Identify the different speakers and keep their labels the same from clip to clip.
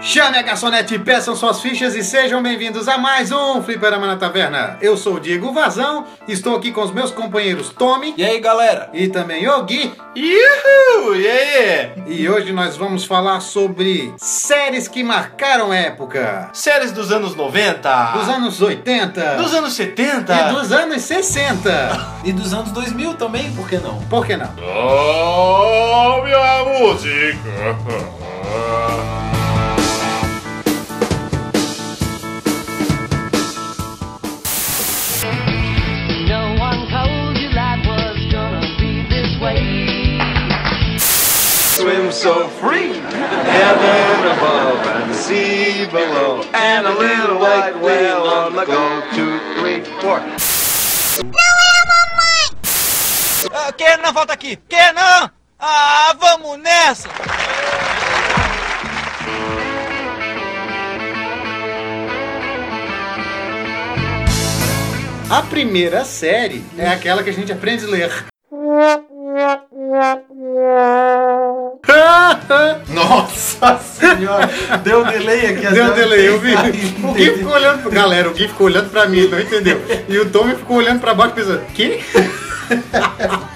Speaker 1: Chame a garçonete, peçam suas fichas e sejam bem-vindos a mais um Fliperama na Taverna. Eu sou o Diego Vazão, estou aqui com os meus companheiros Tommy
Speaker 2: E aí galera?
Speaker 1: e também o Gui.
Speaker 2: Uhul! E aí?
Speaker 1: E hoje nós vamos falar sobre séries que marcaram época.
Speaker 2: Séries dos anos 90,
Speaker 1: Dos anos 80
Speaker 2: dos anos 70
Speaker 1: e dos anos 60.
Speaker 2: e dos anos 2000 também, por que não?
Speaker 1: Por que não?
Speaker 3: Sobe a música.
Speaker 4: No one told you life was gonna be this way.
Speaker 5: swim so free. Heaven above and sea below, and a little white whale on the go. Two, three, four.
Speaker 2: quer Ah, não, volta aqui! Quer não? Ah, vamos nessa!
Speaker 1: A primeira série é aquela que a gente aprende a ler.
Speaker 2: Nossa senhora! Deu delay aqui.
Speaker 1: Deu delay, eu vi. O Gui ficou olhando pra... Galera, o Gui ficou olhando pra mim, não entendeu. E o Tommy ficou olhando pra baixo pensando, que?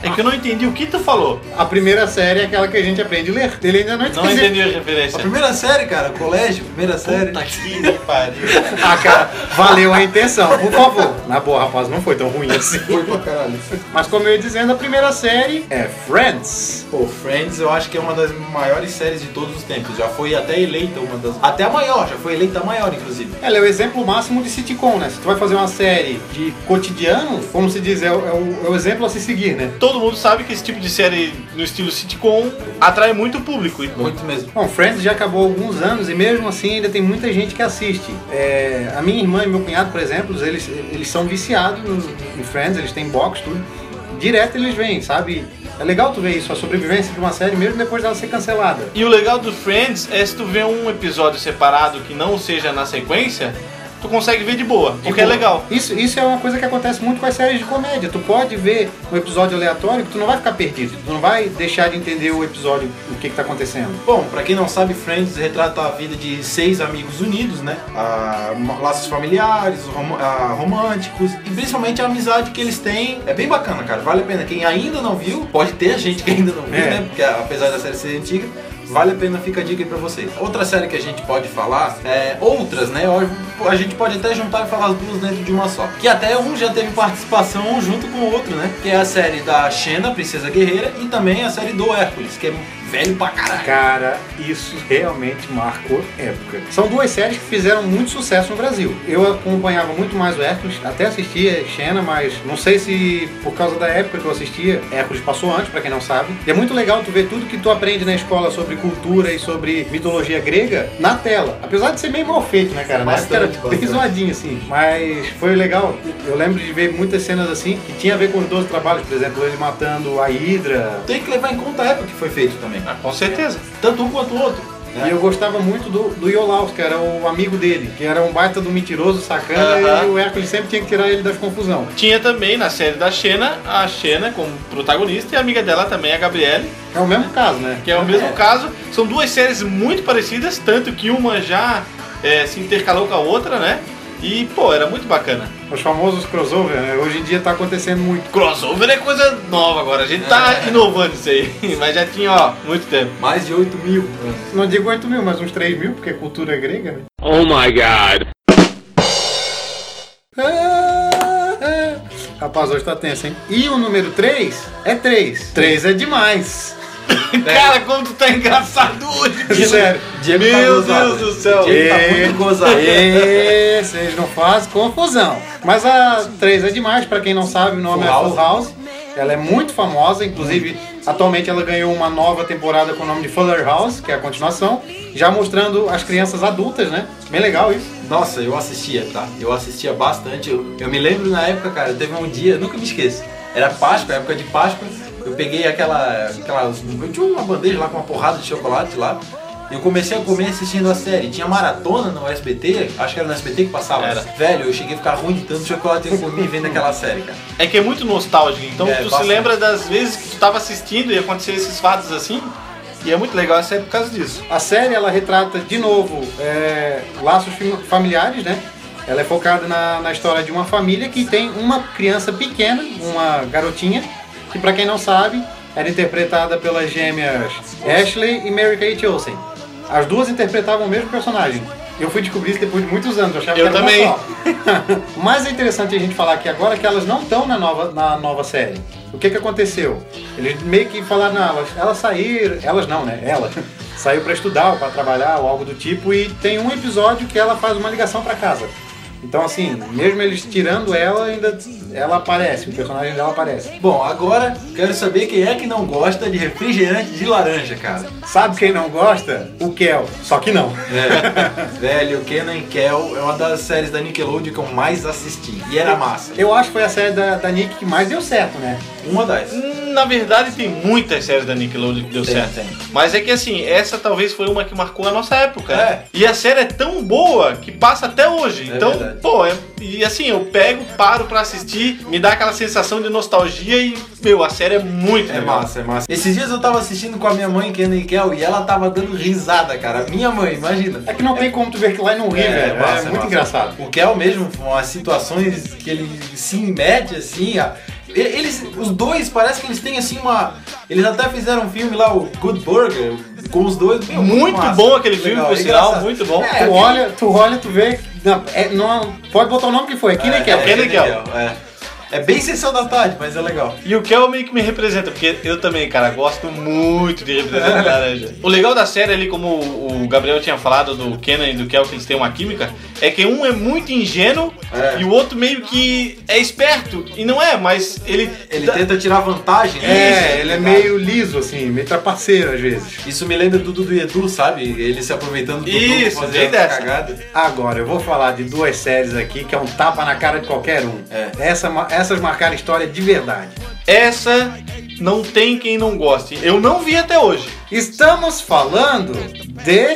Speaker 2: É que eu não entendi o que tu falou.
Speaker 1: A primeira série é aquela que a gente aprende a ler. Ele ainda não é entendeu.
Speaker 2: Não entendi a referência.
Speaker 6: Primeira série, cara, colégio, primeira série.
Speaker 2: Puta que pariu.
Speaker 1: Ah, cara, valeu a intenção, por favor. Na boa, rapaz, não foi tão ruim assim.
Speaker 6: Foi pra caralho.
Speaker 1: Mas como eu ia dizendo, a primeira série é Friends.
Speaker 6: Pô, Friends eu acho que é uma das maiores séries de todos os tempos. Já foi até eleita uma das. Até a maior, já foi eleita a maior, inclusive.
Speaker 1: Ela é o exemplo máximo de sitcom, né? Se tu vai fazer uma série de cotidiano, como se diz, é o, é o- é o exemplo a se seguir, né?
Speaker 3: Todo mundo sabe que esse tipo de série no estilo sitcom atrai muito público.
Speaker 6: Muito mesmo.
Speaker 1: Bom, Friends já acabou há alguns anos e mesmo assim ainda tem muita gente que assiste. É, a minha irmã e meu cunhado, por exemplo, eles, eles são viciados no- em Friends, eles têm box, tudo. Direto eles vêm, sabe? É legal tu ver isso, a sobrevivência de uma série mesmo depois dela ser cancelada.
Speaker 3: E o legal do Friends é se tu vê um episódio separado que não seja na sequência, tu consegue ver de boa, porque é legal.
Speaker 1: Isso, isso é uma coisa que acontece muito com as séries de comédia. Tu pode ver um episódio aleatório que tu não vai ficar perdido. Tu não vai deixar de entender o episódio, o que que tá acontecendo.
Speaker 6: Bom, pra quem não sabe, Friends retrata a vida de seis amigos unidos, né? Ah, ma- laços familiares, rom- ah, românticos e principalmente a amizade que eles têm. É bem bacana, cara. Vale a pena. Quem ainda não viu, pode ter gente que ainda não viu,
Speaker 1: É.
Speaker 6: né? Porque apesar da série ser antiga, vale a pena, fica a dica aí pra vocês. Outra série que a gente pode falar, é, outras, né? A gente pode até juntar e falar as duas dentro de uma só. Que até um já teve participação um junto com o outro, né? Que é a série da Xena, Princesa Guerreira, e também a série do Hércules, que é velho pra caralho.
Speaker 1: Cara, isso realmente marcou época. São duas séries que fizeram muito sucesso no Brasil. Eu acompanhava muito mais o Hércules, até assistia Xena, mas não sei se por causa da época que eu assistia, Hércules passou antes, pra quem não sabe. E é muito legal tu ver tudo que tu aprende na escola sobre cultura e sobre mitologia grega na tela. Apesar de ser meio mal feito, né, cara? Na época era
Speaker 6: Bastante,
Speaker 1: bem
Speaker 6: bastante.
Speaker 1: zoadinho, assim. Mas foi legal. Eu lembro de ver muitas cenas assim que tinha a ver com os 12 trabalhos, por exemplo, ele matando a Hidra,
Speaker 6: Tem que levar em conta a época que foi feito também.
Speaker 3: Ah, Com certeza.
Speaker 6: Tanto um quanto o outro.
Speaker 1: E eu gostava muito do, do Iolaus, que era o amigo dele, que era um baita do mentiroso, sacana,
Speaker 3: Aham.
Speaker 1: e o Hércules sempre tinha que tirar ele das confusão.
Speaker 3: Tinha também na série da Xena, a Xena como protagonista e a amiga dela também, a Gabriele,
Speaker 1: É o mesmo caso, né?
Speaker 3: que é o mesmo caso. São duas séries muito parecidas, tanto que uma já é, se intercalou com a outra, né? E, pô, era muito bacana.
Speaker 1: Os famosos crossover, né? Hoje em dia tá acontecendo muito.
Speaker 3: Crossover é coisa nova agora, a gente tá inovando isso aí, mas já tinha, ó, muito tempo.
Speaker 6: Mais de 8 mil.
Speaker 1: Não digo 8 mil, mas uns 3 mil, porque é cultura grega, né?
Speaker 7: Oh my god.
Speaker 1: Ah, ah. Rapaz, hoje tá tenso, hein? E o número 3 é 3. 3 é demais.
Speaker 3: Cara, como tu tá engraçado hoje!
Speaker 1: Sério.
Speaker 6: Diego tá
Speaker 3: Meu
Speaker 6: gozado.
Speaker 3: Deus do céu!
Speaker 6: Diego tá muito gozado.
Speaker 1: E vocês não fazem confusão. Mas a 3 é demais, pra quem não sabe, o nome
Speaker 6: Full
Speaker 1: é Full House. Ela é muito famosa, inclusive atualmente ela ganhou uma nova temporada com o nome de Fuller House, que é a continuação, já mostrando as crianças adultas, né? Bem legal isso.
Speaker 6: Nossa, eu assistia, tá? Eu assistia bastante. Eu, eu me lembro na época, cara, teve um dia, nunca me esqueço. Era Páscoa, época de Páscoa. Eu peguei aquela. aquela eu tinha uma bandeja lá com uma porrada de chocolate lá. e Eu comecei a comer assistindo a série. Tinha maratona no SBT, acho que era no SBT que passava.
Speaker 3: Era.
Speaker 6: Velho, eu cheguei a ficar ruim de tanto chocolate que eu comi vendo aquela série, cara.
Speaker 3: É que é muito nostálgico, então
Speaker 6: É,
Speaker 3: tu se
Speaker 6: bastante.
Speaker 3: lembra das vezes que tu tava assistindo e acontecia esses fatos assim, E é muito legal a série por causa disso.
Speaker 1: A série ela retrata de novo é, laços fam- familiares, né? Ela é focada na, na história de uma família que tem uma criança pequena, uma garotinha, que pra quem não sabe, era interpretada pelas gêmeas Ashley e Mary Kate Olsen. As duas interpretavam o mesmo personagem. Eu fui descobrir isso depois de muitos anos, eu achava
Speaker 3: Eu
Speaker 1: que era
Speaker 3: também.
Speaker 1: uma só. Mas é interessante a gente falar aqui agora é que elas não estão na nova, na nova série. O que que aconteceu? Eles meio que falaram, não, elas, elas saíram, elas não, né? Ela saiu pra estudar ou pra trabalhar ou algo do tipo e tem um episódio que ela faz uma ligação pra casa. Então assim, mesmo eles tirando ela, ainda ela aparece, o personagem dela aparece.
Speaker 6: Bom, agora quero saber quem é que não gosta de refrigerante de laranja, cara.
Speaker 1: Sabe quem não gosta? O Kel, só que não.
Speaker 6: É, velho, Kenan Kel é uma das séries da Nickelodeon que eu mais assisti. E era massa.
Speaker 1: Eu acho que foi a série da, da Nick que mais deu certo, né?
Speaker 6: Uma das.
Speaker 3: Hum, Na verdade, tem muitas séries da Nickelodeon que deu
Speaker 6: Tem,
Speaker 3: certo.
Speaker 6: tem.
Speaker 3: Mas é que assim, essa talvez foi uma que marcou a nossa época. né?
Speaker 6: É.
Speaker 3: E a série é tão boa que passa até hoje.
Speaker 6: É
Speaker 3: então,
Speaker 6: verdade.
Speaker 3: pô, é- e assim, eu pego, paro pra assistir, me dá aquela sensação de nostalgia e, meu, a série é muito
Speaker 6: É
Speaker 3: legal.
Speaker 6: massa, é massa. Esses dias eu tava assistindo com a minha mãe, Kenan e Kel, e ela tava dando risada, cara. Minha mãe, imagina.
Speaker 1: É que não tem como tu ver que lá e não rir,
Speaker 6: É,
Speaker 1: velho. É,
Speaker 6: massa, é
Speaker 1: muito
Speaker 6: massa.
Speaker 1: engraçado.
Speaker 6: O Kel mesmo, as situações que ele se mete assim, a- e- eles, os dois parece que eles têm assim uma, eles até fizeram um filme lá o Good Burger com os dois, meu,
Speaker 3: Muito
Speaker 6: massa.
Speaker 3: bom aquele filme, por sinal,
Speaker 6: engraçado.
Speaker 3: muito bom.
Speaker 6: É,
Speaker 1: tu
Speaker 6: aquele-
Speaker 1: olha, tu olha, tu vê. Não, é- não- pode botar o nome que foi, aqui nem
Speaker 6: é,
Speaker 1: Kel.
Speaker 3: Kenan
Speaker 6: Kenan
Speaker 3: e Kel.
Speaker 6: Kel, é. É bem sessão da tarde, mas é legal.
Speaker 3: E o Kel meio que me representa, porque eu também, cara, gosto muito de representante laranja. O legal da série ali, como o o Gabriel tinha falado do Kenan e do Kel, que eles têm uma química, é que um é muito ingênuo
Speaker 6: É.
Speaker 3: e o outro meio que é esperto. E não é, mas ele.
Speaker 6: Ele
Speaker 3: dá-
Speaker 6: tenta tirar vantagem. né? Isso,
Speaker 1: É, ele é
Speaker 6: tá?
Speaker 1: meio liso, assim, meio trapaceiro às vezes.
Speaker 6: Isso me lembra tudo do Edu, sabe? Ele se aproveitando do
Speaker 3: Isso,
Speaker 6: Dudu
Speaker 3: bem
Speaker 6: fazer
Speaker 3: dessa.
Speaker 6: cagada.
Speaker 1: Agora, eu vou falar de duas séries aqui que é um tapa na cara de qualquer um.
Speaker 6: É.
Speaker 1: Essa ma- essas marcaram história de verdade.
Speaker 3: Essa não tem quem não goste. Eu não vi até hoje.
Speaker 1: Estamos falando de.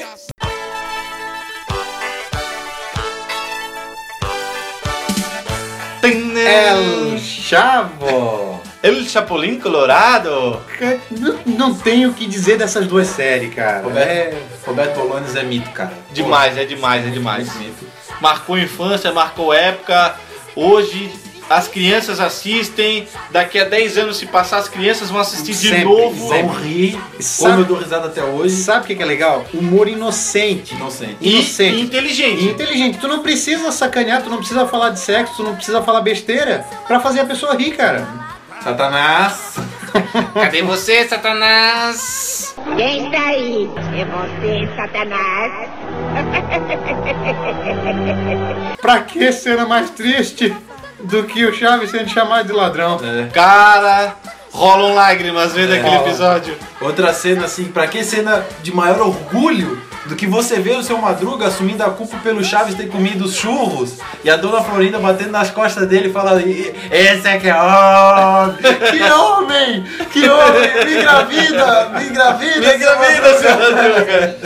Speaker 6: É.
Speaker 1: El Chavo!
Speaker 3: né? El Chapolin Colorado.
Speaker 1: Ca- Não, não tenho o que dizer dessas duas séries, cara.
Speaker 6: Roberto,
Speaker 1: É-
Speaker 6: Roberto Olanes é mito, cara.
Speaker 3: Demais, é demais, é demais.
Speaker 6: Mito.
Speaker 3: marcou infância, marcou época. Hoje as crianças assistem, daqui a 10 anos se passar as crianças vão assistir de
Speaker 1: Sempre,
Speaker 3: novo.
Speaker 1: sempre.
Speaker 6: Vão rir,
Speaker 1: É, Sabe-
Speaker 6: como eu dou risada até hoje,
Speaker 1: Sabe o que que é legal? Humor inocente.
Speaker 6: inocente.
Speaker 3: E
Speaker 1: Inocente. E
Speaker 3: inteligente.
Speaker 1: inteligente. Tu não precisa sacanear, tu não precisa falar de sexo, tu não precisa falar besteira pra fazer a pessoa rir, cara.
Speaker 6: Satanás!
Speaker 3: Cadê você, Satanás?
Speaker 7: Quem está aí? É você, Satanás.
Speaker 1: Pra que cena mais triste do que o Chaves sendo chamado de ladrão?
Speaker 6: É.
Speaker 3: Cara, rolam lágrimas
Speaker 1: É.
Speaker 3: vendo aquele
Speaker 6: rola.
Speaker 3: episódio.
Speaker 6: Outra cena assim, pra que cena de maior orgulho do que você ver o seu Madruga assumindo a culpa pelo Chaves ter comido os churros e a dona Florinda batendo nas costas dele e fala: "E- Esse é que é homem! Que homem! Que homem! Me engravida! Me engravida!
Speaker 3: Me engravida,
Speaker 6: seu
Speaker 3: seu Madruga.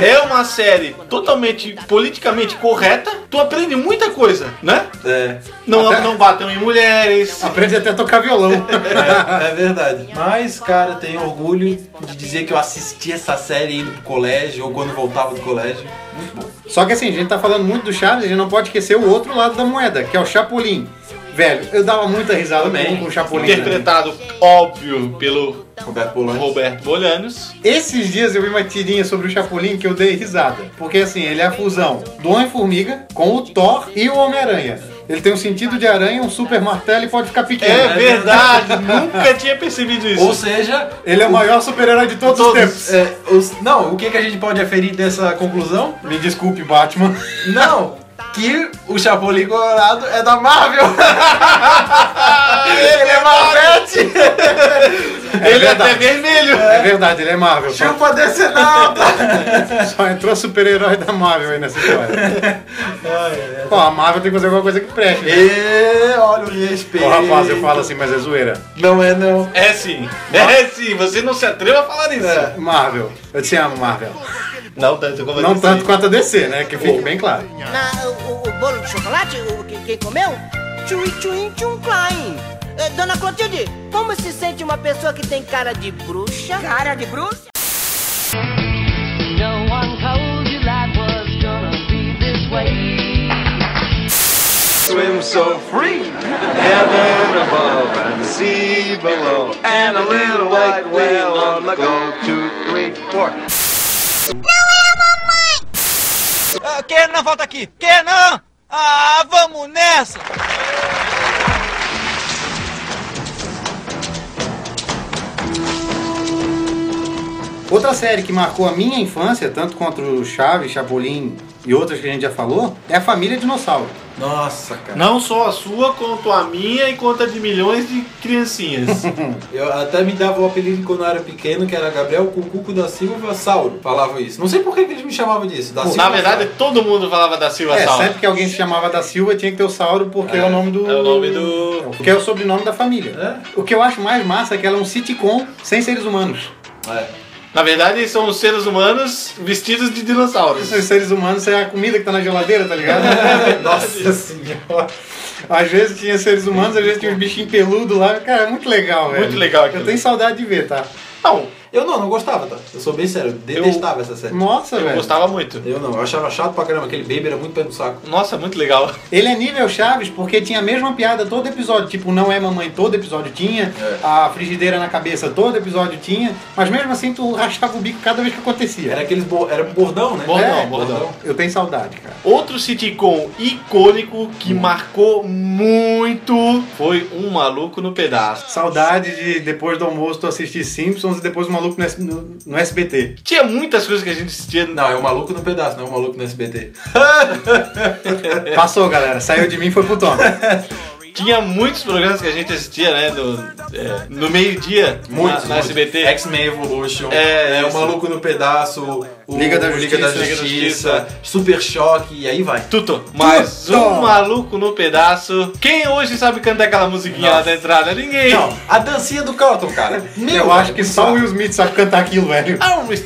Speaker 3: É uma série totalmente politicamente correta. Tu aprende muita coisa, né?
Speaker 6: Madruga." É.
Speaker 3: Não,
Speaker 1: Até- Ah,
Speaker 3: não batam em mulheres.
Speaker 1: Aprende até a tocar violão.
Speaker 6: É, é verdade. Mas, cara, tenho orgulho de dizer que eu assisti essa série indo pro colégio ou quando voltava do colégio. Muito bom.
Speaker 1: Só que assim, a gente tá falando muito do Chaves, a gente não pode esquecer o outro lado da moeda, que é o Chapolin. Velho, eu dava muita risada
Speaker 6: Também.
Speaker 1: com, com o Chapolin. né?
Speaker 3: Interpretado, óbvio, pelo
Speaker 6: Roberto Bolante.
Speaker 3: Roberto Bolanos.
Speaker 1: Esses dias eu vi uma tirinha sobre o Chapolin que eu dei risada. Porque assim, ele é a fusão do Homem-Formiga com o Thor e o Homem-Aranha. Ele tem um sentido de aranha, um super martelo e pode ficar
Speaker 3: É
Speaker 1: pequeno.
Speaker 3: verdade, nunca tinha percebido isso.
Speaker 6: Ou seja,
Speaker 1: Ele é o maior super-herói de todos, os tempos.
Speaker 6: é, os- não, o que, que a gente pode aferir dessa conclusão?
Speaker 1: Me desculpe, Batman.
Speaker 6: Não, que o Chapolin Colorado é da Marvel. ele é Marvete.
Speaker 3: Ele é
Speaker 1: verdade.
Speaker 3: até vermelho.
Speaker 1: É verdade, ele é Marvel. Só,
Speaker 6: Chupa desse nada.
Speaker 1: só entrou super-herói da Marvel aí nessa história. Pô, a Marvel tem que fazer alguma coisa que preste. né?
Speaker 6: E olha o respeito.
Speaker 1: Pô, rapaz, eu falo assim, mas é zoeira.
Speaker 6: Não é não.
Speaker 3: É sim, é sim, você não se atreva a falar isso.
Speaker 6: É.
Speaker 1: Marvel, eu te amo, Marvel.
Speaker 3: Não tanto como
Speaker 1: Não
Speaker 3: disse.
Speaker 1: tanto quanto a DC, né? Que fique bem claro.
Speaker 8: Na, o, o bolo de chocolate, o, quem, quem comeu? Tchui, tchui, tchum, klein. Eh, Dona Clotilde, como se sente uma pessoa que tem cara de bruxa? Cara de bruxa?
Speaker 4: No one told you life was gonna be this way.
Speaker 5: Swim so free, heaven above and sea below, and a little white whale on the go. Two, three, four.
Speaker 2: Ah, Kenan, volta aqui! Kenan! Ah, vamos nessa!
Speaker 1: Outra série que marcou a minha infância, tanto quanto o Chaves, Chapolin e outras que a gente já falou, é a Família Dinossauro.
Speaker 6: Nossa, cara.
Speaker 3: assim. Não só a sua, quanto a minha e quanto a de milhões de criancinhas.
Speaker 6: Eu até me dava o apelido quando eu era pequeno, que era Gabriel Cucuco da Silva Sauro. Falava isso. Não sei por que que eles me chamavam disso. Da Silva
Speaker 3: Na verdade,
Speaker 6: Sauro.
Speaker 3: todo mundo falava da Silva
Speaker 1: É,
Speaker 3: Sauro.
Speaker 1: sempre que alguém se chamava da Silva tinha que ter o Sauro porque é, o nome do.
Speaker 3: É o nome do.
Speaker 1: Porque é o sobrenome da família. O que eu acho mais massa é que ela é um sitcom sem seres humanos.
Speaker 6: É.
Speaker 3: Na verdade, são os seres humanos vestidos de dinossauros.
Speaker 1: Os seres humanos é a comida que tá na geladeira, tá ligado?
Speaker 6: Nossa senhora.
Speaker 1: Às vezes tinha seres humanos, às vezes tinha uns bichinhos peludos lá. Cara, é muito legal, velho.
Speaker 3: Muito legal aquilo.
Speaker 1: Eu tenho saudade de ver, tá?
Speaker 3: Não,
Speaker 6: Eu não, não gostava, tá? Eu sou bem sério, eu detestava essa série.
Speaker 1: Nossa,
Speaker 3: eu
Speaker 1: velho.
Speaker 3: gostava muito.
Speaker 6: Eu não, eu achava chato pra caramba, aquele baby era muito pé no saco.
Speaker 3: Nossa, muito legal.
Speaker 1: Ele é nível Chaves porque tinha a mesma piada todo episódio. Tipo, não é mamãe, todo episódio tinha.
Speaker 6: É.
Speaker 1: A frigideira na cabeça, todo episódio tinha. Mas mesmo assim, tu rachava o bico cada vez que acontecia.
Speaker 6: Era aqueles bo... era um bordão, né?
Speaker 3: Bordão,
Speaker 6: É,
Speaker 3: bordão.
Speaker 1: Eu tenho saudade, cara.
Speaker 3: Outro sitcom icônico que
Speaker 1: Hum.
Speaker 3: marcou muito foi Um Maluco no Pedaço.
Speaker 1: Saudade de depois do almoço tu assistir Simpsons e depois o maluco no, S- no- no SBT.
Speaker 3: Tinha muitas coisas que a gente assistia.
Speaker 6: Não, é o maluco no pedaço, não é o maluco no SBT. É.
Speaker 1: Passou, galera. Saiu de mim foi pro Tom.
Speaker 3: Tinha muitos programas que a gente assistia, né? No, é, no meio-dia, na,
Speaker 6: Muito.
Speaker 3: na SBT.
Speaker 6: X-Men Evolution.
Speaker 3: É,
Speaker 6: o
Speaker 3: isso.
Speaker 6: Maluco no Pedaço. O
Speaker 1: Liga da
Speaker 6: o Liga da
Speaker 1: Justiça.
Speaker 6: Justiça. Super Choque. E aí vai.
Speaker 3: Tuto, mas
Speaker 1: Tuto!
Speaker 3: um maluco no pedaço. Quem hoje sabe cantar aquela musiquinha lá
Speaker 6: Nossa.
Speaker 3: da entrada? Ninguém.
Speaker 6: Não, a dancinha do Carlton, cara. Meu,
Speaker 1: Eu acho que
Speaker 6: velho,
Speaker 1: só o Will Smith sabe cantar aquilo, velho.
Speaker 3: Ah, mas-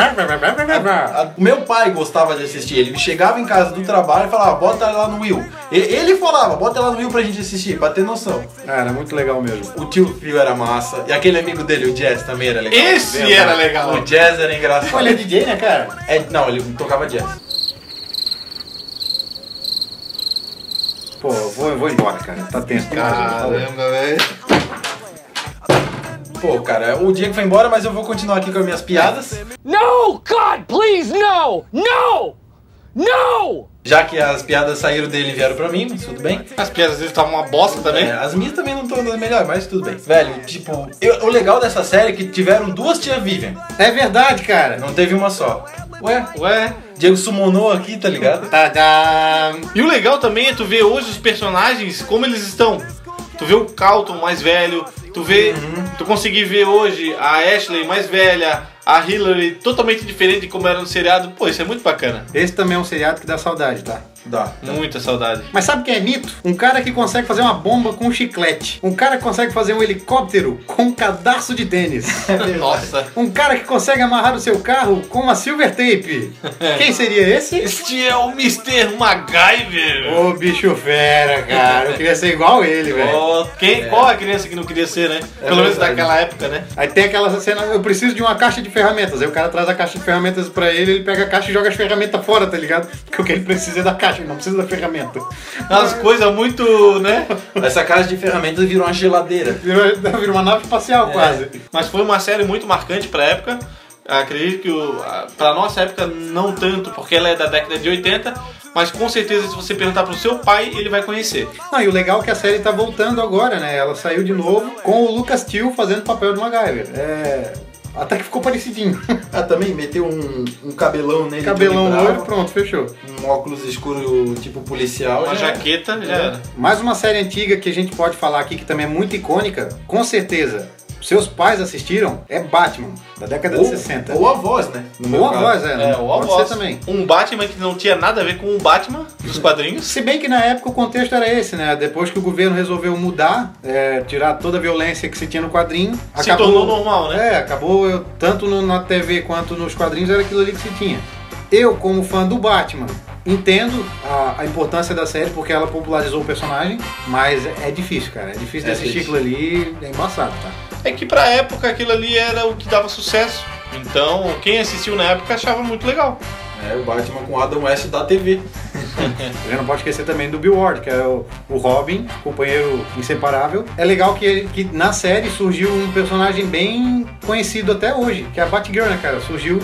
Speaker 6: A- O meu pai gostava de assistir. Ele me chegava em casa do trabalho e falava, bota lá no Will. E- Ele falava, bota lá no Will pra gente assistir, pra ter noção.
Speaker 1: Cara, muito legal mesmo.
Speaker 6: O tio Phil era massa. E aquele amigo dele, o Jazz, também era legal.
Speaker 3: Esse
Speaker 6: Verdade.
Speaker 3: era legal.
Speaker 6: O Jazz era engraçado.
Speaker 1: Olha, é DJ, né, cara?
Speaker 6: É, não, ele tocava jazz.
Speaker 1: Pô, eu vou, eu vou embora, cara. Tá tenso.
Speaker 3: Caramba, velho.
Speaker 6: Pô, cara, o Diego foi embora, mas eu vou continuar aqui com as minhas piadas.
Speaker 2: No! God, please, no! No! No!
Speaker 6: Já que as piadas saíram dele e vieram pra mim, mas tudo bem.
Speaker 3: As piadas deles estavam uma bosta também.
Speaker 6: É, as minhas também não estão das melhores, mas tudo bem. Velho, tipo, eu- o legal dessa série é que tiveram duas tia Vivian.
Speaker 1: É verdade, cara.
Speaker 6: Não teve uma só. Ué,
Speaker 3: Ué.
Speaker 6: Diego sumonou aqui, tá ligado?
Speaker 1: Tadam.
Speaker 3: E o legal também é tu ver hoje os personagens, como eles estão. Tu vê o Calton mais velho, tu vê.
Speaker 1: Uhum.
Speaker 3: Tu conseguir ver hoje a Ashley mais velha, a Hillary totalmente diferente de como era no seriado. Pô, isso é muito bacana.
Speaker 1: Esse também é um seriado que dá saudade, tá?
Speaker 6: Dá.
Speaker 3: Muita saudade.
Speaker 1: Mas sabe quem é mito? Um cara que consegue fazer uma bomba com um chiclete. Um cara que consegue fazer um helicóptero com um cadarço de tênis.
Speaker 3: Nossa.
Speaker 1: Um cara que consegue amarrar o seu carro com uma silver tape. Quem seria esse?
Speaker 3: Este é o Mr. MacGyver.
Speaker 1: Ô, bicho fera, cara. Eu queria ser igual ele, velho. É.
Speaker 3: Ó, quem, Qual é a criança que não queria ser, né? Pelo menos
Speaker 6: verdade.
Speaker 3: naquela época, né?
Speaker 1: Aí tem aquela cena, eu preciso de uma caixa de ferramentas. Aí o cara traz a caixa de ferramentas pra ele, ele pega a caixa e joga as ferramentas fora, tá ligado? Porque o que ele precisa é da caixa, ele não precisa da ferramenta.
Speaker 3: As
Speaker 1: é.
Speaker 3: coisas muito, né?
Speaker 6: Então, Essa caixa de ferramentas virou uma geladeira.
Speaker 1: Virou, virou uma nave espacial, quase.
Speaker 3: Mas foi uma série muito marcante pra época. Acredito que o, a- pra nossa época não tanto, porque ela é da década de 80, mas com certeza se você perguntar pro seu pai, ele vai conhecer.
Speaker 1: Não, e o legal é que a série tá voltando agora, né? Ela saiu de novo com o Lucas Till fazendo o papel de MacGyver. É. Até que ficou parecidinho.
Speaker 6: Ah, também meteu um, um cabelão nele. de
Speaker 1: Cabelão
Speaker 6: olho
Speaker 1: loiro,
Speaker 6: bravo,
Speaker 1: pronto, fechou.
Speaker 6: Um óculos escuro tipo policial.
Speaker 3: Uma
Speaker 6: já era.
Speaker 3: jaqueta já era.
Speaker 1: Mais uma série antiga que a gente pode falar aqui que também é muito icônica, com certeza. Seus pais assistiram? É Batman, da década
Speaker 6: ou,
Speaker 1: de 60.
Speaker 6: ou a voz, né? No meu
Speaker 1: Boa
Speaker 6: caso.
Speaker 1: voz, é. né?
Speaker 3: É, o
Speaker 1: Pode
Speaker 3: Alvoz.
Speaker 1: ser também.
Speaker 3: Um Batman que não tinha nada a ver com o Batman dos quadrinhos.
Speaker 1: Se bem que na época o contexto era esse, né? Depois que o governo resolveu mudar, é, tirar toda a violência que se tinha no quadrinho,
Speaker 3: Se tornou normal, né?
Speaker 1: É, acabou eu- tanto no- na TV quanto nos quadrinhos era aquilo ali que se tinha. Eu, como fã do Batman, entendo a, a importância da série porque ela popularizou o personagem, mas é difícil, cara. É difícil de
Speaker 6: É
Speaker 1: assistir
Speaker 6: difícil.
Speaker 1: aquilo ali, é embaçado, tá?
Speaker 3: é que pra época aquilo ali era o que dava sucesso. Então, quem assistiu na época achava muito legal.
Speaker 6: É o Batman com Adam West da TV.
Speaker 1: A gente não pode esquecer também do Bill Ward, que é o, o Robin, companheiro inseparável. É legal que, ele- que na série surgiu um personagem bem conhecido até hoje, que é a Batgirl, né, cara? Surgiu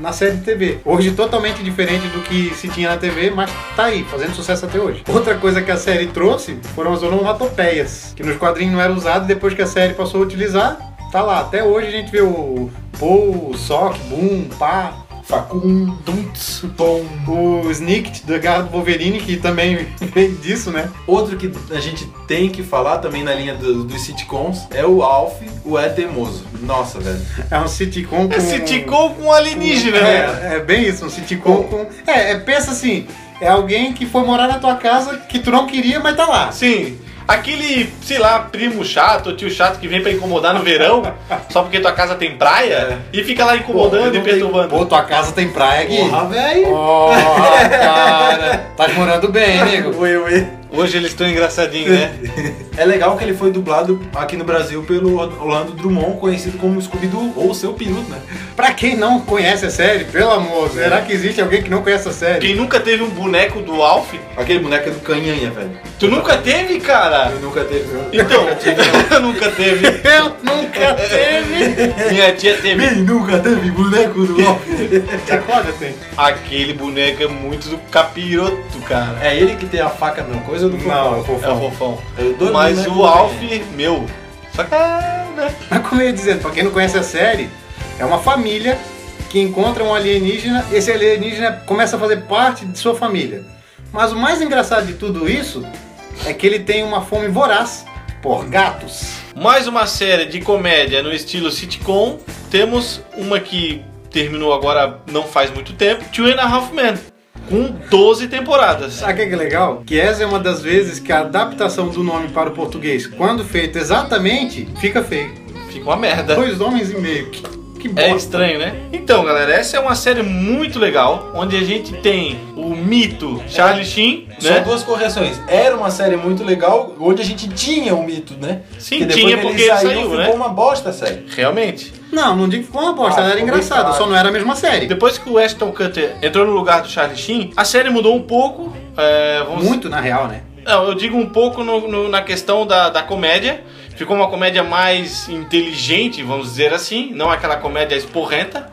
Speaker 1: na série de TV. Hoje totalmente diferente do que se tinha na TV, mas tá aí, fazendo sucesso até hoje. Outra coisa que a série trouxe foram as onomatopeias, que nos quadrinhos não eram usadas, depois que a série passou a utilizar, tá lá. Até hoje a gente vê o Pou, Sock, Boom, Pá, Facum, Duntz, Tom. O Snicket da Garra do Wolverine, que também veio disso, né?
Speaker 6: Outro que a gente tem que falar também na linha do- dos sitcoms é o Alf, o É Teimoso. Nossa, velho.
Speaker 1: É um sitcom com...
Speaker 3: É sitcom com alienígena, né?
Speaker 1: É, é bem isso, um sitcom com... É, é, pensa assim, é alguém que foi morar na tua casa que tu não queria, mas tá lá.
Speaker 3: Sim. Assim, Aquele, sei lá, primo chato, tio chato que vem pra incomodar no verão, só porque tua casa tem praia, e fica lá incomodando e perturbando.
Speaker 1: Pô, tua casa tem praia, Gui.
Speaker 6: Porra, velho.
Speaker 1: Oh, cara. Tá morando bem, nego.
Speaker 6: Oi, oi.
Speaker 3: Hoje eles estão engraçadinhos, né?
Speaker 6: É legal que ele foi dublado aqui no Brasil pelo Orlando Drummond, conhecido como Scooby-Doo ou seu piloto, né?
Speaker 1: Pra quem não conhece a série, pelo amor, será que existe alguém que não conhece a série?
Speaker 3: Quem nunca teve um boneco do Alf?
Speaker 6: Aquele boneco é do Canhanha, velho.
Speaker 3: Tu nunca teve, cara?
Speaker 6: Tá. Ele nunca teve.
Speaker 3: Então, eu nunca teve.
Speaker 1: Eu nunca teve.
Speaker 3: Minha tia teve.
Speaker 6: Ele nunca teve boneco do Alf.
Speaker 1: Acorda, tem.
Speaker 3: Aquele boneco é muito do capiroto, cara.
Speaker 6: É ele que tem a faca, não coisa ou do
Speaker 1: Não, é o
Speaker 3: É o
Speaker 1: fofão.
Speaker 3: fofão.
Speaker 6: Eu dou
Speaker 3: Mas
Speaker 6: boneco
Speaker 3: o
Speaker 6: do
Speaker 3: Alf,
Speaker 6: Canhanha.
Speaker 3: meu. Só que é, né?
Speaker 1: Mas como eu ia dizendo, pra quem não conhece a série, é uma família que encontra um alienígena, esse alienígena começa a fazer parte de sua família. Mas o mais engraçado de tudo isso é que ele tem uma fome voraz por gatos.
Speaker 3: Mais uma série de comédia no estilo sitcom. Temos uma que terminou agora não faz muito tempo, Two and a Half Men, com 12 temporadas.
Speaker 1: Sabe o que é que é legal? Que essa é uma das vezes que a adaptação do nome para o português, quando feita exatamente, fica feio.
Speaker 3: Fica uma merda.
Speaker 1: Dois homens e meio. Que, que
Speaker 3: É
Speaker 1: bosta.
Speaker 3: estranho, né? Então, galera, essa é uma série muito legal, onde a gente tem o mito Charlie Sheen,
Speaker 6: Só
Speaker 3: né?
Speaker 6: duas correções. Era uma série muito legal, onde a gente tinha o mito, né?
Speaker 3: Sim,
Speaker 6: Que depois
Speaker 3: tinha
Speaker 6: que ele
Speaker 3: porque ele saiu,
Speaker 6: ficou
Speaker 3: né?
Speaker 6: uma bosta a série.
Speaker 3: Realmente.
Speaker 1: Não, não digo que foi uma bosta,
Speaker 6: Ah,
Speaker 1: ela era
Speaker 6: ficou
Speaker 1: engraçada,
Speaker 6: bem
Speaker 1: só não era a mesma série.
Speaker 3: Depois que o Ashton Cutter entrou no lugar do Charlie Sheen, a série mudou um pouco. é, vamos
Speaker 1: Muito na real, né?
Speaker 3: Não, eu digo um pouco no- no- na questão da, da comédia. Ficou uma comédia mais inteligente, vamos dizer assim. Não aquela comédia esporrenta,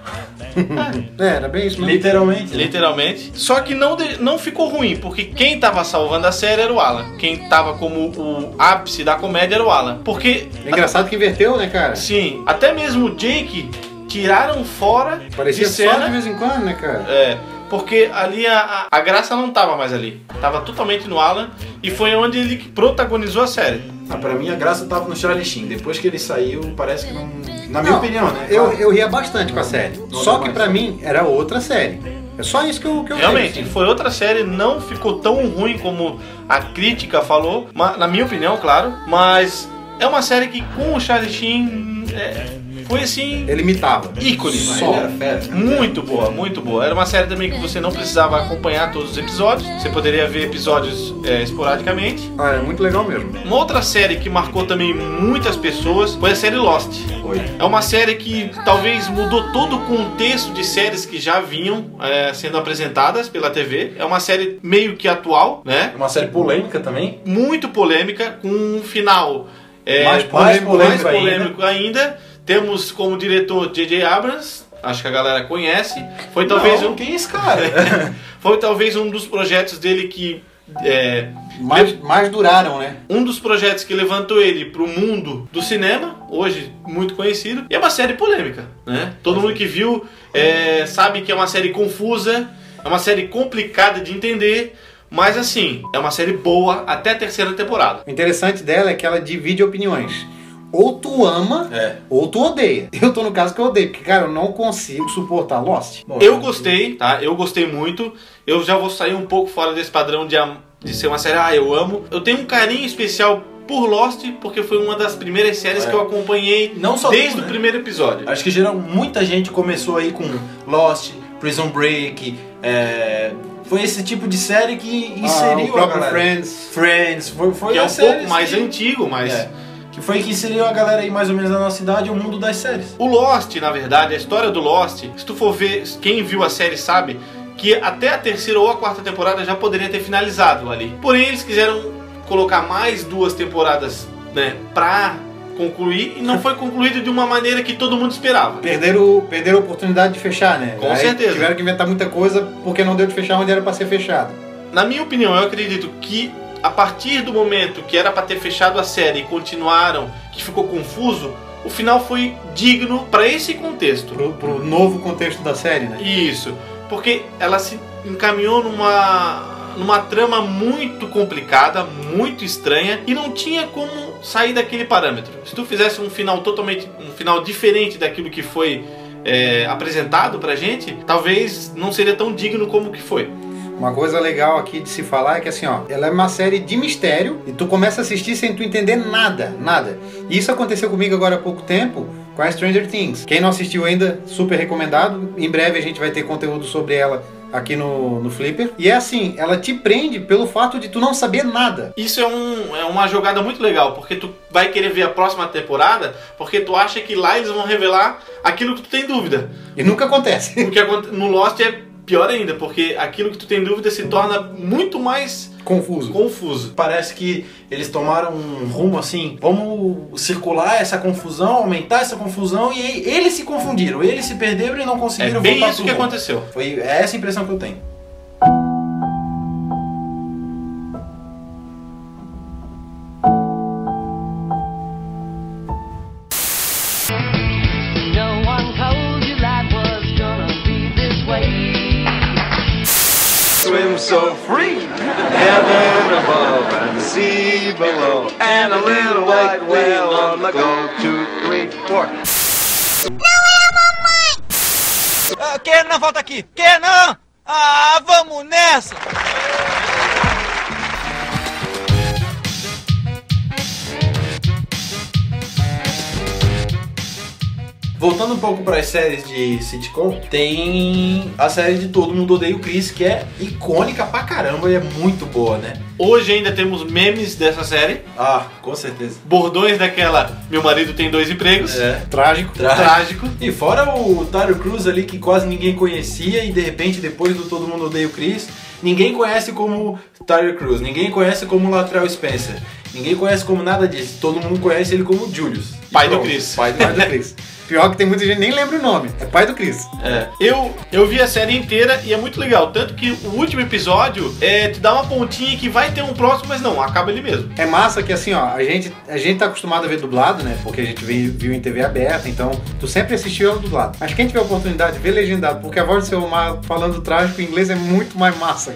Speaker 1: É, era bem isso mesmo.
Speaker 6: Literalmente. né?
Speaker 3: literalmente. Só que não, de- não ficou ruim, porque quem tava salvando a série era o Alan. Quem tava como o ápice da comédia era o Alan. Porque,
Speaker 1: É engraçado que inverteu, né, cara?
Speaker 3: sim, até mesmo o Jake tiraram fora
Speaker 1: Parecia
Speaker 3: de
Speaker 1: só de
Speaker 3: cena.
Speaker 1: vez em quando, né, cara?
Speaker 3: É, porque ali a, a- a graça não tava mais ali. Tava totalmente no Alan. E foi onde ele que protagonizou a série.
Speaker 6: Ah, pra mim a graça tava no Charlie Sheen. Depois que ele saiu, parece que não. Na minha
Speaker 1: Não,
Speaker 6: opinião, né?
Speaker 1: Eu,
Speaker 6: Claro.
Speaker 1: eu ria bastante com a série.
Speaker 6: não
Speaker 1: Só
Speaker 6: dá
Speaker 1: que
Speaker 6: mais.
Speaker 1: pra mim era outra série. É só isso que eu, que eu assim.
Speaker 3: Realmente,
Speaker 1: vejo.
Speaker 3: foi outra série, não ficou tão ruim como a crítica falou, ma- na minha opinião, claro, mas é uma série que com o Charlie Sheen é, foi assim,
Speaker 1: Ele imitava.
Speaker 3: ícone. né?
Speaker 6: Mas
Speaker 1: só.
Speaker 6: ele era fera.
Speaker 3: Muito boa, muito boa. Era uma série também que você não precisava acompanhar todos os episódios, você poderia ver episódios é, esporadicamente.
Speaker 1: Ah, é muito legal mesmo.
Speaker 3: Uma outra série que marcou também muitas pessoas foi a série Lost.
Speaker 6: Foi.
Speaker 3: É uma série que talvez mudou todo o contexto de séries que já vinham é, sendo apresentadas pela TV. É uma série meio que atual, né?
Speaker 6: Uma série polêmica também.
Speaker 3: Muito polêmica, com um final é,
Speaker 6: Mais polêmico
Speaker 3: mais
Speaker 6: ainda.
Speaker 3: polêmico ainda. Temos como diretor J.J. Abrams, acho que a galera conhece. Foi talvez,
Speaker 6: Não,
Speaker 3: um,
Speaker 6: Quem é esse cara?
Speaker 3: foi talvez um dos projetos dele que. é,
Speaker 1: Mas, mas duraram, né?
Speaker 3: um dos projetos que levantou ele pro mundo do cinema, hoje muito conhecido, e é uma série polêmica, né? Todo mundo que viu é, sabe que é uma série confusa, é uma série complicada de entender, mas assim, é uma série boa até a terceira temporada.
Speaker 1: O interessante dela é que ela divide opiniões. Ou tu ama,
Speaker 6: é.
Speaker 1: ou tu odeia. Eu tô no caso que eu odeio, porque, cara, eu não consigo suportar Lost.
Speaker 6: Bom, então,
Speaker 3: Eu gostei, tá? Eu gostei muito. Eu já vou sair um pouco fora desse padrão de, am- de ser uma série, ah, eu amo. Eu tenho um carinho especial por Lost, porque foi uma das primeiras séries
Speaker 6: É.
Speaker 3: que eu acompanhei
Speaker 6: Não só
Speaker 3: desde
Speaker 6: tu, né?
Speaker 3: o primeiro episódio.
Speaker 6: Acho que geral, muita gente começou aí com Lost, Prison Break. é, Foi esse tipo de série que
Speaker 1: Ah,
Speaker 6: inseriu
Speaker 1: o
Speaker 6: a
Speaker 1: próprio
Speaker 6: galera.
Speaker 1: Friends.
Speaker 6: Friends. Foi, foi
Speaker 3: que é um
Speaker 6: as séries
Speaker 3: pouco mais
Speaker 6: que-
Speaker 3: antigo, mas
Speaker 6: É. Que foi que inseriu a galera aí mais ou menos da nossa idade ao mundo das séries.
Speaker 3: O Lost, na verdade, a história do Lost, se tu for ver, quem viu a série sabe que até a terceira ou a quarta temporada já poderia ter finalizado ali. Porém, eles quiseram colocar mais duas temporadas, né, pra concluir e não foi concluído de uma maneira que todo mundo esperava.
Speaker 1: Perderam, perderam a oportunidade de fechar, né?
Speaker 3: Com
Speaker 1: Aí
Speaker 3: certeza.
Speaker 1: Tiveram que inventar muita coisa porque não deu de fechar onde era pra ser fechado.
Speaker 3: Na minha opinião, eu acredito que a partir do momento que era pra ter fechado a série e continuaram, que ficou confuso, o final foi digno pra esse contexto.
Speaker 1: Pro, pro novo contexto da série, né?
Speaker 3: Isso, porque ela se encaminhou numa numa trama muito complicada, muito estranha e não tinha como sair daquele parâmetro. Se tu fizesse um final totalmente um final diferente daquilo que foi é, apresentado pra gente, talvez não seria tão digno como que foi.
Speaker 1: Uma coisa legal aqui de se falar é que assim, ó, ela é uma série de mistério e tu começa a assistir sem tu entender nada, nada. E isso aconteceu comigo agora há pouco tempo com a Stranger Things. Quem não assistiu ainda, super recomendado. Em breve a gente vai ter conteúdo sobre ela aqui no, no Flipper. E é assim, ela te prende pelo fato de tu não saber nada.
Speaker 3: Isso é, um, é uma jogada muito legal, porque tu vai querer ver a próxima temporada, porque tu acha que lá eles vão revelar aquilo que tu tem dúvida.
Speaker 1: E nunca acontece.
Speaker 3: O que aconte- no Lost é pior ainda, porque aquilo que tu tem dúvida se torna muito mais
Speaker 1: Confuso.
Speaker 3: confuso.
Speaker 6: Parece que eles tomaram um rumo assim, vamos circular essa confusão, aumentar essa confusão e aí eles se confundiram, eles se perderam e não
Speaker 3: É
Speaker 6: conseguiram
Speaker 3: bem
Speaker 6: voltar
Speaker 3: isso
Speaker 6: pro
Speaker 3: que
Speaker 6: rumo.
Speaker 3: aconteceu.
Speaker 6: Foi essa a impressão que eu tenho.
Speaker 4: No one told you life was gonna be this way.
Speaker 5: Swim so free, heaven above and sea below, and a little white whale on the go. Two, three, four.
Speaker 2: Ah, Kenan, volta aqui! Kenan! Ah, vamos nessa!
Speaker 6: Voltando um pouco para as séries de sitcom, tem a série de Todo Mundo Odeia o Chris, que é icônica pra caramba e é muito boa, né?
Speaker 3: Hoje ainda temos memes dessa série,
Speaker 6: Ah, com certeza.
Speaker 3: bordões daquela Meu marido tem dois empregos,
Speaker 6: É.
Speaker 1: Trágico.
Speaker 3: trágico.
Speaker 6: E fora o Tário Cruz ali, que quase ninguém conhecia, e de repente, depois do Todo Mundo Odeia o Chris, ninguém conhece como Tyler Cruz, ninguém conhece como Latrell Spencer, ninguém conhece como nada disso, todo mundo conhece ele como Julius. E
Speaker 3: Pai do
Speaker 6: pronto,
Speaker 3: Chris.
Speaker 6: Pai do
Speaker 1: Pai do Chris. Pior que tem muita gente que nem lembra o nome. É pai do Chris.
Speaker 3: É. Eu, eu vi a série inteira e é muito legal. Tanto que o último episódio é, te dá uma pontinha que vai ter um próximo, mas não, acaba ele mesmo.
Speaker 1: É massa que assim, ó, a gente, a gente tá acostumado a ver dublado, né? Porque a gente viu, viu em TV aberta, então tu sempre assistiu ela dublado. Mas quem tiver a oportunidade de ver legendado, porque a voz do seu Omar falando trágico em inglês é muito mais massa.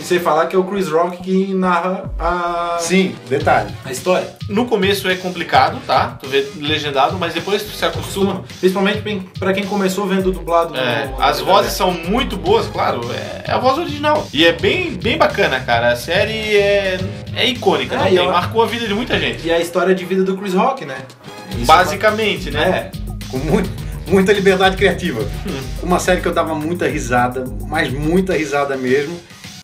Speaker 6: E sem falar que é o Chris Rock que narra a,
Speaker 1: Sim, detalhe.
Speaker 6: a história.
Speaker 3: No começo é complicado, tá? Tu vê legendado, mas depois tu se acostuma.
Speaker 6: Principalmente bem- pra quem começou vendo dublado.
Speaker 3: É,
Speaker 6: no-
Speaker 3: as vozes são muito boas, claro. É, é a voz original. E é bem, bem bacana, cara. A série é, é icônica,
Speaker 6: É,
Speaker 3: não
Speaker 6: e
Speaker 3: tem?
Speaker 6: ela-
Speaker 3: marcou a vida de muita gente.
Speaker 6: E a história de vida do Chris Rock, né? Isso
Speaker 3: Basicamente, né?
Speaker 6: É,
Speaker 1: Com muito, muita liberdade criativa. Uma série que eu dava muita risada, mas muita risada mesmo.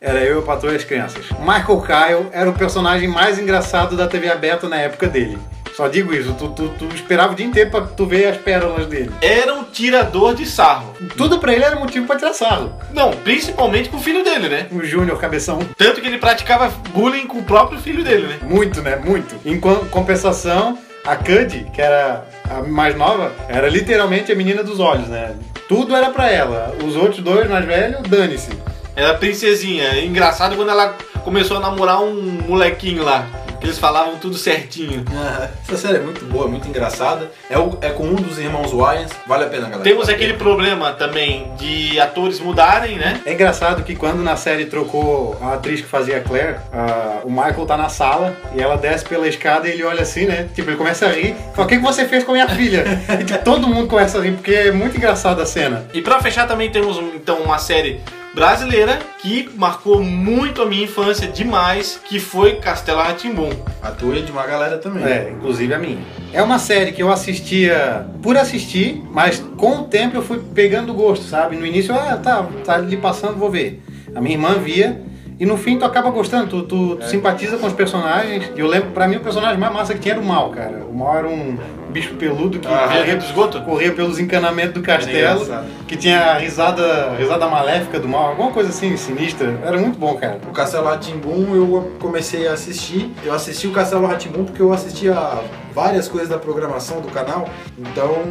Speaker 1: Era eu e o Patrulha e as Crianças. Michael Kyle era o personagem mais engraçado da TV aberta na época dele. Só digo isso, tu, tu, tu esperava o dia inteiro pra tu ver as pérolas dele.
Speaker 6: É.
Speaker 3: Era um tirador de sarro.
Speaker 1: Tudo pra ele era motivo pra tirar sarro.
Speaker 3: Não, principalmente com o filho dele, né?
Speaker 1: O Júnior, cabeção,
Speaker 3: Tanto que ele praticava bullying com o próprio filho dele, né?
Speaker 1: muito, né? Muito. Em co- compensação, a Cuddy, que era a mais nova, era literalmente a menina dos olhos, né? Tudo era pra ela. Os outros dois, mais velhos, dane-se.
Speaker 3: Era princesinha. É Engraçado quando ela começou a namorar um molequinho lá. Que eles falavam tudo certinho.
Speaker 6: Aham. Essa série é muito boa, muito engraçada. É, o- é com um dos irmãos Wyans. Vale a pena, galera.
Speaker 3: Temos aquele problema também de atores mudarem, né?
Speaker 1: É engraçado que quando na série trocou a atriz que fazia a Claire, a- o Michael tá na sala e ela desce pela escada e ele olha assim, né? Tipo, ele começa a rir. Fala, o que que você fez com a minha filha? E, tipo, todo mundo começa a rir, porque é muito engraçada a cena.
Speaker 3: E pra fechar também temos um- então uma série brasileira que marcou muito a minha infância demais, que foi Castelo Ratimbum.
Speaker 6: Atua de uma galera também.
Speaker 1: É, inclusive a minha. É uma série que eu assistia por assistir, mas com o tempo eu fui pegando gosto, sabe? No início, ah, tá, tá ali passando, vou ver. A minha irmã via, E no fim tu acaba gostando, tu, tu-
Speaker 3: É.
Speaker 1: tu simpatiza com os personagens. E eu lembro, pra mim, o personagem mais massa que tinha era o Mal, cara. O Mal era um bicho peludo que
Speaker 3: Ah, vinha do esgoto?
Speaker 1: corria pelos encanamentos do
Speaker 3: Era
Speaker 1: castelo,
Speaker 3: engraçado.
Speaker 1: que tinha a risada, a risada maléfica do Mal, alguma coisa assim, sinistra. Era muito bom, cara.
Speaker 6: O Castelo Ratimbum eu comecei a assistir. Eu assisti o Castelo Ratimbum porque eu assistia várias coisas da programação do canal. Então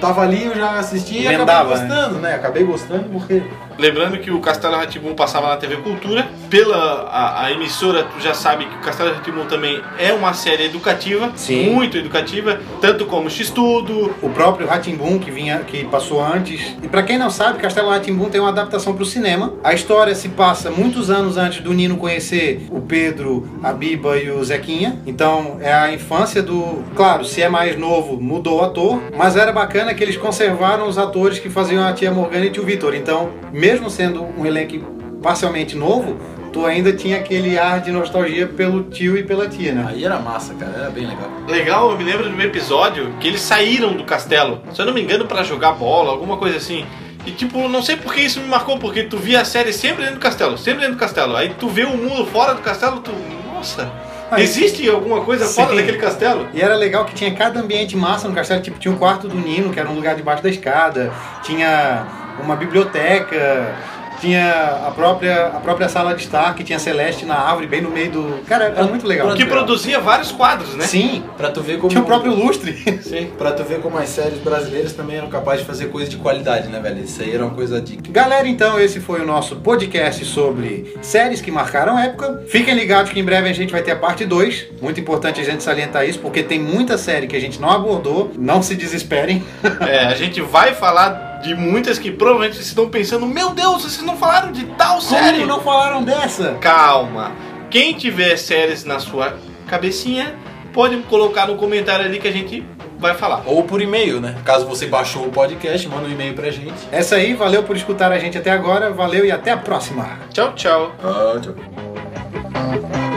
Speaker 6: tava ali, eu já assisti e acabei
Speaker 1: Emendava,
Speaker 6: gostando, né? Acabei gostando porque
Speaker 3: Lembrando que o Castelo Ratibum passava na TV Cultura. Pela a, a emissora, tu já sabe que o Castelo Ratibum também é uma série educativa,
Speaker 1: Sim.
Speaker 3: muito educativa, tanto como X-Tudo.
Speaker 1: O próprio Ratimbun que vinha, que passou antes. E pra quem não sabe, Castelo Ratimbun tem uma adaptação pro cinema. A história se passa muitos anos antes do Nino conhecer o Pedro, a Biba e o Zequinha. Então é a infância do. Claro, se é mais novo, mudou o ator. Mas era bacana que eles conservaram os atores que faziam a tia Morgana e o tio Vitor. Então, mesmo sendo um elenco parcialmente novo, tu ainda tinha aquele ar de nostalgia pelo tio e pela tia, né?
Speaker 6: aí era massa, cara, era bem legal.
Speaker 3: Legal, eu me lembro de um episódio que eles saíram do castelo, se eu não me engano, pra jogar bola, alguma coisa assim. E tipo, não sei por que isso me marcou, porque tu via a série sempre dentro do castelo, sempre dentro do castelo. Aí tu vê o mundo fora do castelo, tu. Nossa!
Speaker 1: Aí-
Speaker 3: Existe alguma coisa
Speaker 1: Sim.
Speaker 3: fora daquele castelo?
Speaker 1: E era legal que tinha cada ambiente massa no castelo, tipo, tinha o quarto do Nino, que era um lugar debaixo da escada, tinha uma biblioteca, tinha a própria, a própria sala de estar, que tinha Celeste na árvore, bem no meio do... Cara, era muito legal.
Speaker 3: Que produzia vários quadros, né?
Speaker 1: Sim,
Speaker 6: Pra tu ver como
Speaker 1: tinha o próprio lustre.
Speaker 3: Sim.
Speaker 6: Pra tu ver como as séries brasileiras também eram capazes de fazer coisa de qualidade, né, velho? Isso aí era uma coisa de.
Speaker 1: Galera, então esse foi o nosso podcast sobre séries que marcaram época. Fiquem ligados que em breve a gente vai ter a parte 2. Muito importante a gente salientar isso, porque tem muita série que a gente não abordou. Não se desesperem.
Speaker 3: É, a gente vai falar de muitas que provavelmente vocês estão pensando, meu Deus, vocês não falaram de tal série.
Speaker 1: Como não falaram dessa?
Speaker 3: Calma. Quem tiver séries na sua cabecinha, pode colocar no comentário ali que a gente vai falar.
Speaker 6: Ou por e-mail, né? Caso você baixou o podcast, manda um e-mail pra gente.
Speaker 1: Essa aí, valeu por escutar a gente até agora, valeu e até a próxima!
Speaker 3: Tchau, tchau.
Speaker 6: Ah, tchau.